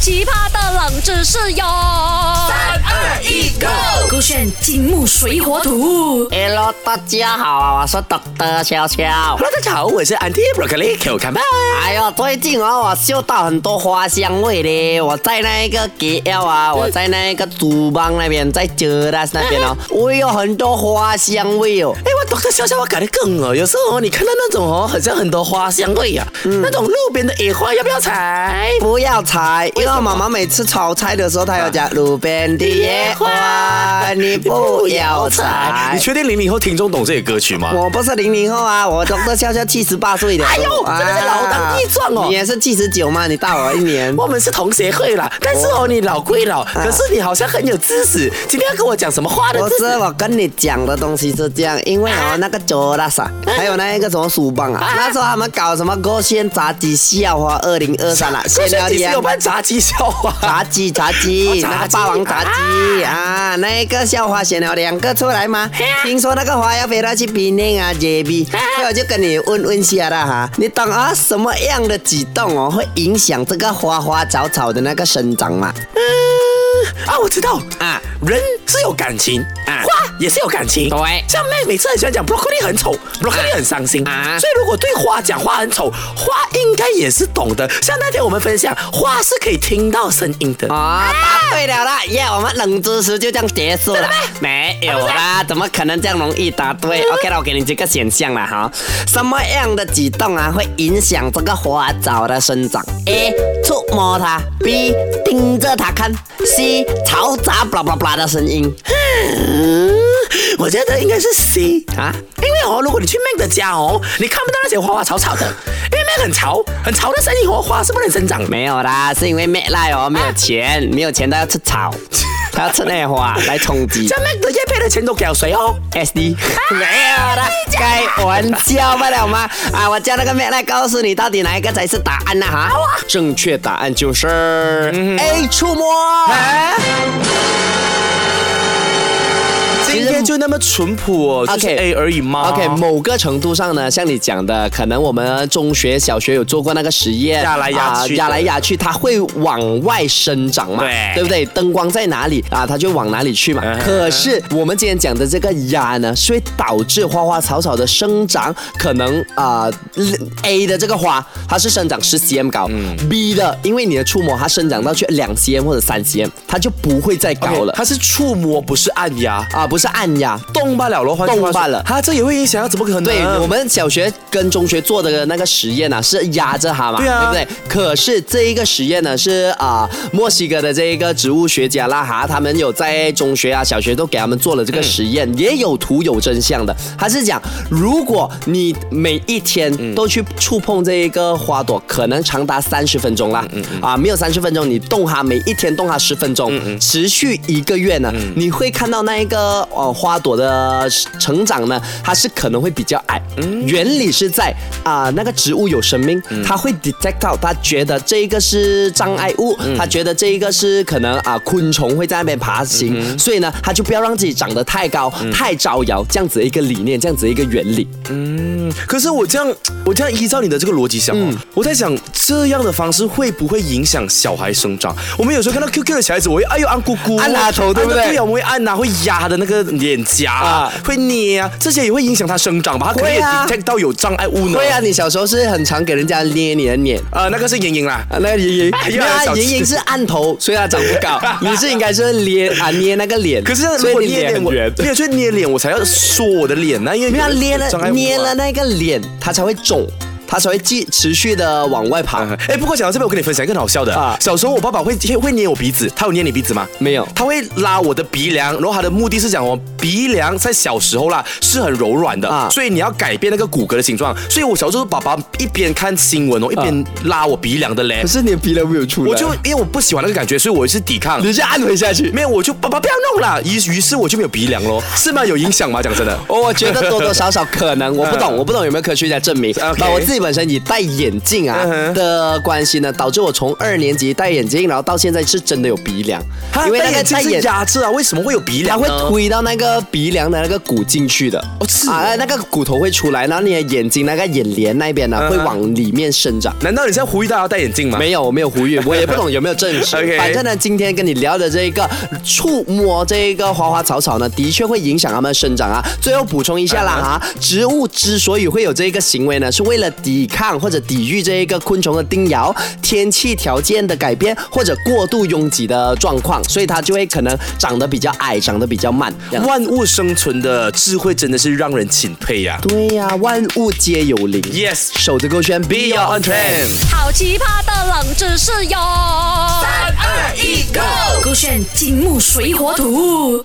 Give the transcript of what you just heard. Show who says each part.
Speaker 1: 奇葩的冷知识哟！三
Speaker 2: 二一，Go！
Speaker 1: 勾选金木水火土。
Speaker 3: Hello，大家好啊，我是 Dr. 悄悄。
Speaker 2: Hello，大家好，我是 Andy Broccoli Q 看吧。
Speaker 3: 哎呦，最近哦，我嗅到很多花香味嘞。我在那一个 KL
Speaker 2: 嗯
Speaker 3: 啊，我在那一个竹邦那边，在 j e r a s 那边哦，我有很多花香味哦。
Speaker 2: 哎，我 Dr. 悄悄，我感觉更哦，有时候哦你看到那种哦，好像很多花香味啊，那种路边的野花要不要采？
Speaker 3: 不要采，因为我妈妈每次炒菜的时候，她有讲路边的野花，你不要采
Speaker 2: 你。确定零零后听众懂这些歌曲吗？
Speaker 3: 我不是零零后啊，我都是悄悄七十八岁的。
Speaker 2: 哎呦真的是老当益壮哦
Speaker 3: 啊你也是七十九吗？你大我一年。
Speaker 2: 我们是同协会啦，但是哦，你老归老，可是你好像很有知识。今天要跟我讲什么话的
Speaker 3: 不
Speaker 2: 知
Speaker 3: 是
Speaker 2: 识？
Speaker 3: 我跟你讲的东西是这样，因为哦那个卓拉萨，还有那一个什么苏邦啊，那时候他们搞什么勾线炸鸡笑话二零二三 啊啦，
Speaker 2: 过
Speaker 3: 限
Speaker 2: 去
Speaker 3: 量
Speaker 2: 你是
Speaker 3: 量
Speaker 2: 有办炸鸡笑话？
Speaker 3: 炸鸡炸鸡，
Speaker 2: 哦炸鸡
Speaker 3: 那个霸王炸鸡啊，那个校花选了两个出来吗？听说那个花要飞到去比内啊，JB，所以我就跟你问问下啦哈，你懂啊什么样的举动哦会影响这个花花草草的那个生长嘛？
Speaker 2: 啊，我知道啊
Speaker 3: 啊，
Speaker 2: 人是有感情啊，花也是有感情。
Speaker 3: 对
Speaker 2: 像妹每次很喜欢讲 broccoli 很丑，broccoli 很伤心啊
Speaker 3: 啊，
Speaker 2: 所以如果对花讲花很丑，花应该也是懂的。像那天我们分享，花是可以听到声音的。
Speaker 3: 啊，答对了啦！耶、我们冷知识就这样结束了。没有啦，怎么可能这样容易答对、o k 了，我给你这个选项了哈。什么样的举动啊会影响这个花草的生长？A. 触摸它；B. 盯着它看；C. 嘈杂巴拉巴拉的声音。
Speaker 2: 嗯，我觉得应该是 C
Speaker 3: 啊
Speaker 2: 因为哦，如果你去 Mac 的家哦，你看不到那些花花草草的，因为 Mac 很潮，很潮的声音哦，花是不能生长的。
Speaker 3: 没有啦，是因为 Mac 赖哦，没有钱，没有钱他要吃 草，他要吃那花来充饥。
Speaker 2: 像 Mac 的叶配的钱都给了谁哦？
Speaker 3: SD 没有啦，开玩笑不了吗？啊，我叫那个妹来告诉你到底哪一个才是答案呢、哈，正确答案就是 A 触摸。哎
Speaker 2: 啊！今
Speaker 3: 实
Speaker 2: 天就那么淳朴哦，就是
Speaker 3: OK
Speaker 2: A 而已嘛。
Speaker 3: OK，某个程度上呢，像你讲的，可能我们中学、小学有做过那个实验，
Speaker 2: 压来压去的
Speaker 3: 啊压来压去，它会往外生长嘛，
Speaker 2: 对嗯
Speaker 3: 不对？灯光在哪里啊，它就往哪里去嘛。可是我们今天讲的这个压呢，是会导致花花草草的生长，可能啊、a 的这个花它是生长十 cm 高、b
Speaker 2: 嗯
Speaker 3: 的因为你的触摸它生长到去两 cm 或者三 cm，它就不会再高
Speaker 2: OK，
Speaker 3: 了。
Speaker 2: 它是触摸，不是按压，
Speaker 3: 啊，不是按压，
Speaker 2: 动罢了咯，换句话说
Speaker 3: 动罢了
Speaker 2: 它这也会影响，怎么可能？
Speaker 3: 对我们小学跟中学做的那个实验啊，是压着它嘛，
Speaker 2: 对啊
Speaker 3: 不对？可是这一个实验呢，是啊、墨西哥的这一个植物学家啦哈，他们有在中学啊、小学都给他们做了这个实
Speaker 2: 嗯
Speaker 3: 验，也有图有真相的。他是讲，如果你每一天都去触碰这一个花朵，可能长达三十分钟啦，
Speaker 2: 嗯
Speaker 3: 啊，没有三十分钟，你动它，每一天动它十分钟，
Speaker 2: 嗯
Speaker 3: 持续一个月呢，你会看到那一个呃花朵的成长呢，它是可能会比较矮。原理是在啊、那个植物有生命，它会 detect 到，它觉得这一个是障碍物，它觉得这一个是可能啊、昆虫会在那边爬行，所以呢，它就不要让自己长得太高、太招摇，这样子一个理念，这样子一个原理。
Speaker 2: 可是我这样，我这样依照你的这个逻辑想
Speaker 3: 嗯
Speaker 2: 哦，我在想这样的方式会不会影响小孩生长？我们有时候看到 QQ 的小孩子，我会哎呦按咕咕，
Speaker 3: 按他头对不对
Speaker 2: 按他啊我们会按呐、会压他的那个脸颊，啊
Speaker 3: 啊、
Speaker 2: 会捏啊，这些也会影响他生长吧？他可能也
Speaker 3: 会啊
Speaker 2: detect 到有障碍物呢。
Speaker 3: 对啊，你小时候是很常给人家捏你的脸。
Speaker 2: 呃，那个是莹莹啦。
Speaker 3: 啊，那个莹莹，
Speaker 2: 又
Speaker 3: 没有
Speaker 2: 来小
Speaker 3: 啊，
Speaker 2: 吃
Speaker 3: 莹莹是按头，所以她长不 高。你是应该是捏啊捏那个脸，
Speaker 2: 可是如
Speaker 3: 所以
Speaker 2: 果
Speaker 3: 你
Speaker 2: 捏
Speaker 3: 脸
Speaker 2: 脸
Speaker 3: 很
Speaker 2: 我，
Speaker 3: 圆。
Speaker 2: 没有去捏脸，我才要说我的脸呢、因为
Speaker 3: 没有啊
Speaker 2: 有
Speaker 3: 捏
Speaker 2: 有障碍
Speaker 3: 了
Speaker 2: 物啊
Speaker 3: 捏了那个脸，它才会肿，它才会继持续的往外跑。
Speaker 2: 啊哎，不过讲到这边，我跟你分享一个很好笑的。
Speaker 3: 啊
Speaker 2: 小时候我爸爸会会捏我鼻子，他有捏你鼻子吗？
Speaker 3: 没有
Speaker 2: 他会拉我的鼻梁，然后他的目的是讲哦，鼻梁在小时候啦是很柔软的，
Speaker 3: 啊
Speaker 2: 所以你要改变那个骨骼的形状。所以我小时候爸爸一边看新闻哦，一边拉我鼻梁的嘞
Speaker 3: 啊可，是你的鼻梁没有出来，
Speaker 2: 我就因为我不喜欢那个感觉，所以我是抵抗。
Speaker 3: 你就按回下去。
Speaker 2: 没有，我就爸爸不要弄啦。于于是我就没有鼻梁咯，是吗？有影响吗？讲真的。
Speaker 3: 哦我觉得多多少少可能，我不
Speaker 2: 嗯
Speaker 3: 懂，我不懂有没有科学家证明。
Speaker 2: OK
Speaker 3: 那我自己本身以戴眼镜啊
Speaker 2: 嗯哼
Speaker 3: 的关系呢，导致我从二年级戴眼镜，然后到现在是真的有鼻梁，
Speaker 2: 哈
Speaker 3: 因为那
Speaker 2: 戴
Speaker 3: 个
Speaker 2: 眼镜
Speaker 3: 戴
Speaker 2: 是
Speaker 3: 眼
Speaker 2: 压制啊，为什么会有鼻
Speaker 3: 它
Speaker 2: 梁
Speaker 3: 会
Speaker 2: 呢？
Speaker 3: 推到那个鼻梁的那个骨进去的，
Speaker 2: 嗯哦是哦
Speaker 3: 啊，那个骨头会出来，然后你的眼睛那个眼帘那边呢、
Speaker 2: 嗯啊
Speaker 3: 会往里面生长。
Speaker 2: 难道你在呼吁大家戴眼镜吗？
Speaker 3: 没有，我没有呼吁，我也不懂有没有证 实。
Speaker 2: OK
Speaker 3: 反正呢，今天跟你聊的这一个触摸这一个花花草草呢，的确会影响它们的生长啊。最后补充一下啦
Speaker 2: 嗯
Speaker 3: 哈、植物之所以会有这一个行为呢，是为了抵抗或者抵御这一个昆虫的叮咬、天气条件的改变或者过度拥挤的状况，所以它就会可能长得比较矮，长得比较慢。这样
Speaker 2: 万物生存的智慧真的是让人钦佩呀、
Speaker 3: 对呀、万物皆有灵。
Speaker 2: Yes
Speaker 3: 守着勾圈
Speaker 2: Be your on trend。
Speaker 1: 好奇葩的冷知识哟！三
Speaker 2: 二一 go
Speaker 1: 勾选金木水火土。